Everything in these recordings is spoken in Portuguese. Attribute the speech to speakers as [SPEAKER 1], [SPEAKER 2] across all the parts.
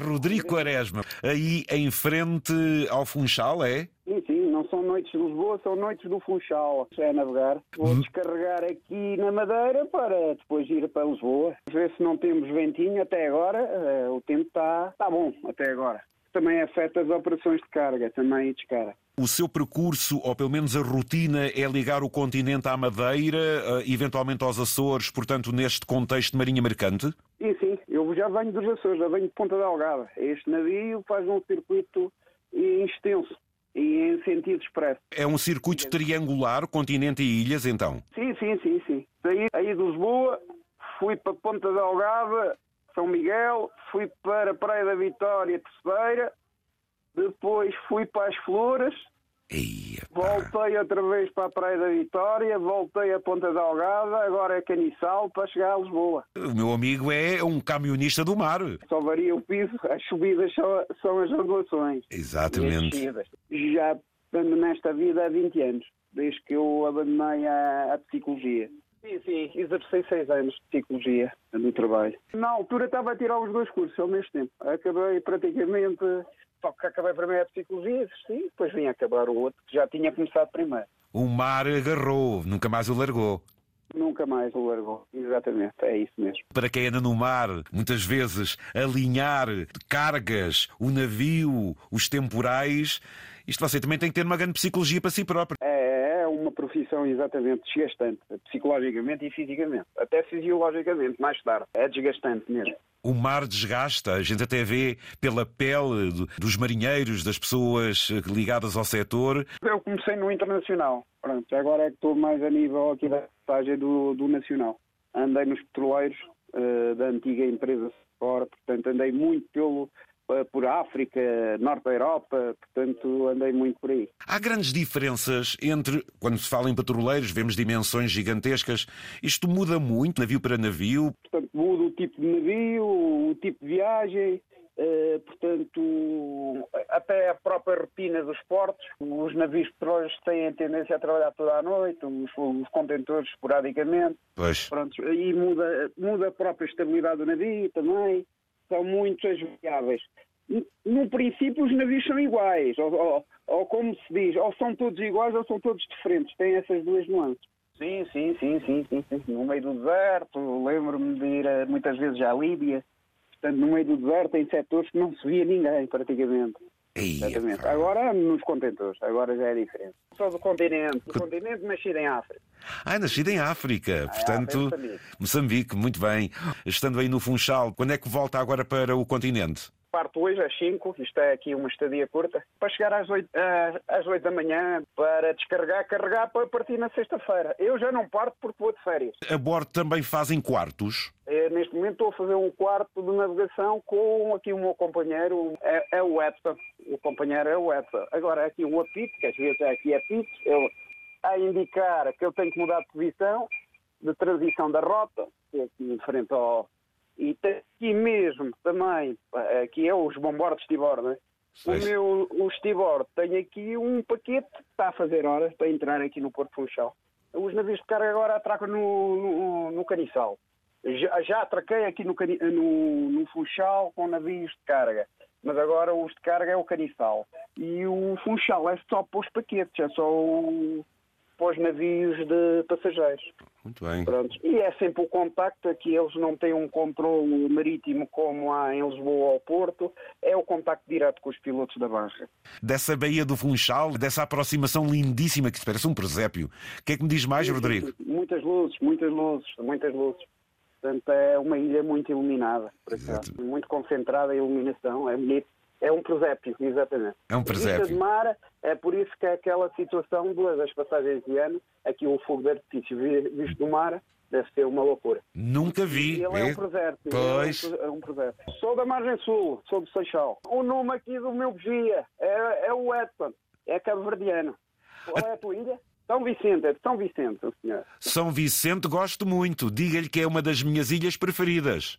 [SPEAKER 1] Rodrigo Quaresma, aí em frente ao Funchal, é?
[SPEAKER 2] Sim, sim, não são noites de Lisboa, são noites do Funchal. É navegar. Vou descarregar aqui na Madeira para depois ir para Lisboa. Ver se não temos ventinho até agora. eh, o tempo está está bom até agora. Também afeta as operações de carga, também e descarga.
[SPEAKER 1] O seu percurso, ou pelo menos a rotina, é ligar o continente à Madeira, eh, eventualmente aos Açores, portanto, neste contexto de marinha mercante?
[SPEAKER 2] Sim, sim, eu já venho dos Açores, já venho de Ponta da Algada. Este navio faz um circuito eh, extenso e em sentido expresso.
[SPEAKER 1] É um circuito triangular, continente e ilhas, então?
[SPEAKER 2] Sim, sim, sim, sim. Daí aí de Lisboa, fui para Ponta da Algada, São Miguel, fui para Praia da Vitória, Terceira, depois fui para as Flores,
[SPEAKER 1] Ei,
[SPEAKER 2] voltei outra vez para a Praia da Vitória, voltei a Ponta da Algada, agora é Caniçal para chegar a Lisboa.
[SPEAKER 1] o meu amigo é um camionista do mar.
[SPEAKER 2] Só varia o piso, as subidas só- são as ondulações.
[SPEAKER 1] Exatamente.
[SPEAKER 2] Descidas. Já ando nesta vida há 20 anos, desde que eu abandonei a, a psicologia. Sim, sim, exercei seis anos de psicologia no trabalho. Na altura estava a tirar os dois cursos ao mesmo tempo. Acabei praticamente. Só que acabei primeiro a psicologia, sim, depois vim acabar o outro, que já tinha começado primeiro.
[SPEAKER 1] O mar agarrou, nunca mais o largou.
[SPEAKER 2] Nunca mais o largou. Exatamente, é isso mesmo.
[SPEAKER 1] Para quem anda no mar, muitas vezes alinhar cargas, o navio, os temporais, isto você também tem que ter uma grande psicologia para si próprio.
[SPEAKER 2] É, é uma profissão exatamente desgastante, psicologicamente e fisicamente. Até fisiologicamente, mais tarde. É desgastante mesmo.
[SPEAKER 1] O mar desgasta, a gente até vê pela pele do- dos marinheiros, das pessoas eh, ligadas ao setor.
[SPEAKER 2] Eu comecei no Internacional. Pronto, agora é que estou mais a nível aqui da passagem do, do Nacional. Andei nos petroleiros eh, da antiga empresa fora, portanto andei muito pelo, eh, por África, Norte da Europa, portanto andei muito por aí.
[SPEAKER 1] Há grandes diferenças entre, quando se fala em patrulheiros, vemos dimensões gigantescas. Isto muda muito, navio para navio.
[SPEAKER 2] Portanto, muda o tipo de navio, o tipo de viagem, eh, portanto, até a própria rotina dos portos. Os navios petroleiros têm tendência a trabalhar toda a noite, os- os contentores esporadicamente.
[SPEAKER 1] Pois.
[SPEAKER 2] Pronto, aí muda, muda a própria estabilidade do navio também. São muitas variáveis. No- No princípio, os navios são iguais, ou, ou- ou como se diz, ou são todos iguais ou são todos diferentes. Tem essas duas nuances. Sim, sim, sim, sim, sim. sim. No meio do deserto, lembro-me de ir eh, muitas vezes à Líbia. Portanto, no meio do deserto, em setores que não se via ninguém, praticamente.
[SPEAKER 1] Ei,
[SPEAKER 2] Exatamente. Agora nos contentores, agora já é diferente. Só do continente, do continente, nascido em África.
[SPEAKER 1] Ah, é nascido em
[SPEAKER 2] Ah,
[SPEAKER 1] África, portanto,
[SPEAKER 2] África, Moçambique.
[SPEAKER 1] Moçambique, muito bem. Estando aí no Funchal, quando é que volta agora para o continente?
[SPEAKER 2] Parto hoje às 5, isto é aqui uma estadia curta, para chegar às 8, às 8 da manhã, para descarregar, carregar, para partir na sexta-feira. Eu já não parto porque vou de férias.
[SPEAKER 1] A bordo também fazem quartos.
[SPEAKER 2] Eh, neste momento estou a fazer um quarto de navegação com aqui o meu companheiro, é, é o Edson. O companheiro é o Edson. Agora aqui o apito, que às vezes é aqui apito, eu, a indicar que eu tenho que mudar de posição, de transição da rota, que é aqui em frente ao... E tem aqui mesmo também, eh, aqui é os bombardos de Tibor, não é? O
[SPEAKER 1] Pois.
[SPEAKER 2] meu o Stibor tem aqui um paquete que está a fazer horas para entrar aqui no Porto Funchal. Os navios de carga agora atracam no, no, no Caniçal. Já, já atraquei aqui no, Cani- no, no Funchal com navios de carga. Mas agora os de carga é o Caniçal. E o Funchal é só para os paquetes, é só o- para os navios de passageiros.
[SPEAKER 1] Muito bem.
[SPEAKER 2] Prontos. E é sempre o contacto, aqui eles não têm um controle marítimo como há em Lisboa ou Porto, é o contacto direto com os pilotos da barra.
[SPEAKER 1] Dessa baía do Funchal, dessa aproximação lindíssima que se parece um presépio. O que é que me diz mais, Rodrigo?
[SPEAKER 2] Muitas luzes, muitas luzes, muitas luzes. Portanto, é uma ilha muito iluminada, por acaso. muito concentrada a iluminação, é bonito. É um presépio, exatamente.
[SPEAKER 1] É um
[SPEAKER 2] Vista de
[SPEAKER 1] presépio.
[SPEAKER 2] mar, é por isso que é aquela situação duas das passagens de ano, aqui o fogo de artifício vi- visto do mar, deve ser uma loucura.
[SPEAKER 1] Nunca
[SPEAKER 2] E
[SPEAKER 1] vi.
[SPEAKER 2] Ele é
[SPEAKER 1] vê?
[SPEAKER 2] um presépio.
[SPEAKER 1] Pois.
[SPEAKER 2] ele É um presépio. Sou da margem sul, sou do Seixal. O nome aqui do meu vigia é, é o Edson, é cabo-verdiano. Qual é a tua ilha? São Vicente, é de São Vicente, o senhor.
[SPEAKER 1] São Vicente, gosto muito. Diga-lhe que é uma das minhas ilhas preferidas.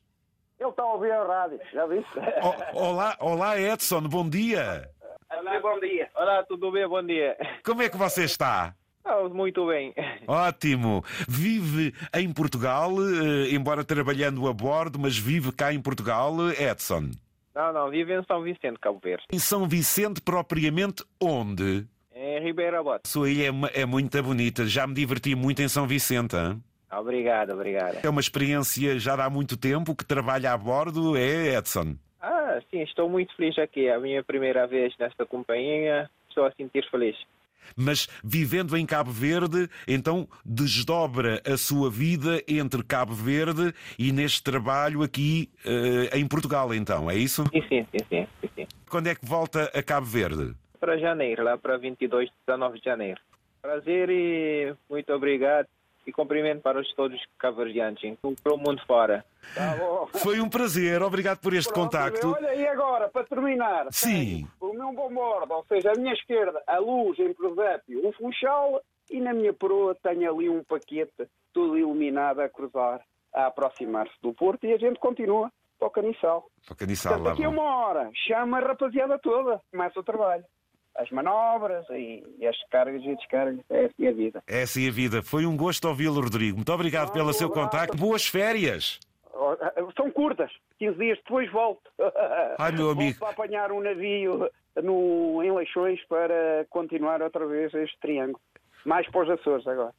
[SPEAKER 2] Ele está a ouvir a rádio, já viste?
[SPEAKER 1] O- olá, olá, Edson, bom dia.
[SPEAKER 3] Olá, bom dia. Olá, tudo bem? Bom dia.
[SPEAKER 1] Como é que você está?
[SPEAKER 3] Ah, muito bem.
[SPEAKER 1] Ótimo. Vive em Portugal, eh, embora trabalhando a bordo, mas vive cá em Portugal, eh, Edson.
[SPEAKER 3] Não, não, vivo em São Vicente, Cabo Verde.
[SPEAKER 1] Em São Vicente, propriamente onde?
[SPEAKER 3] Em Ribeira Bota.
[SPEAKER 1] A sua ilha é, uma- é muito bonita. Já me diverti muito em São Vicente. hã?
[SPEAKER 3] Obrigado, obrigado.
[SPEAKER 1] É uma experiência já de há muito tempo que trabalha a bordo, é Edson.
[SPEAKER 3] Ah, sim, estou muito feliz aqui. É a minha primeira vez nesta companhia. Estou a sentir feliz.
[SPEAKER 1] Mas vivendo em Cabo Verde, então desdobra a sua vida entre Cabo Verde e neste trabalho aqui eh, em Portugal, então, é isso?
[SPEAKER 3] Sim, sim, sim, sim, sim, sim.
[SPEAKER 1] Quando é que volta a Cabo Verde?
[SPEAKER 3] Para janeiro, lá para 22, 19 de janeiro. Prazer e muito obrigado. E cumprimento para os todos cavardeantes, para o um mundo fora.
[SPEAKER 2] Tá bom.
[SPEAKER 1] Foi um prazer, obrigado por este
[SPEAKER 2] Pronto,
[SPEAKER 1] contacto.
[SPEAKER 2] Olha, e agora, para terminar,
[SPEAKER 1] Sim.
[SPEAKER 2] tenho o meu bombordo, ou seja, a minha esquerda, a luz em presépio, um funchal, e na minha proa tenho ali um paquete, tudo iluminado a cruzar, a aproximar-se do Porto, e a gente continua para o Caniçal.
[SPEAKER 1] Para Caniçal,
[SPEAKER 2] Portanto,
[SPEAKER 1] Tá lá
[SPEAKER 2] daqui a
[SPEAKER 1] vão.
[SPEAKER 2] é uma hora, chama a rapaziada toda, começa o trabalho. As manobras e, e as cargas e descargas, é assim a vida.
[SPEAKER 1] É assim a vida. Foi um gosto ouvi-lo, Rodrigo. Muito obrigado
[SPEAKER 2] Ah,
[SPEAKER 1] pelo seu
[SPEAKER 2] obrigado.
[SPEAKER 1] contacto. Boas férias.
[SPEAKER 2] Oh, ah, São curtas, 15 dias depois volto.
[SPEAKER 1] Ai, meu amigo.
[SPEAKER 2] Volto para apanhar um navio no, em Leixões para continuar outra vez este triângulo. Mais para os Açores agora.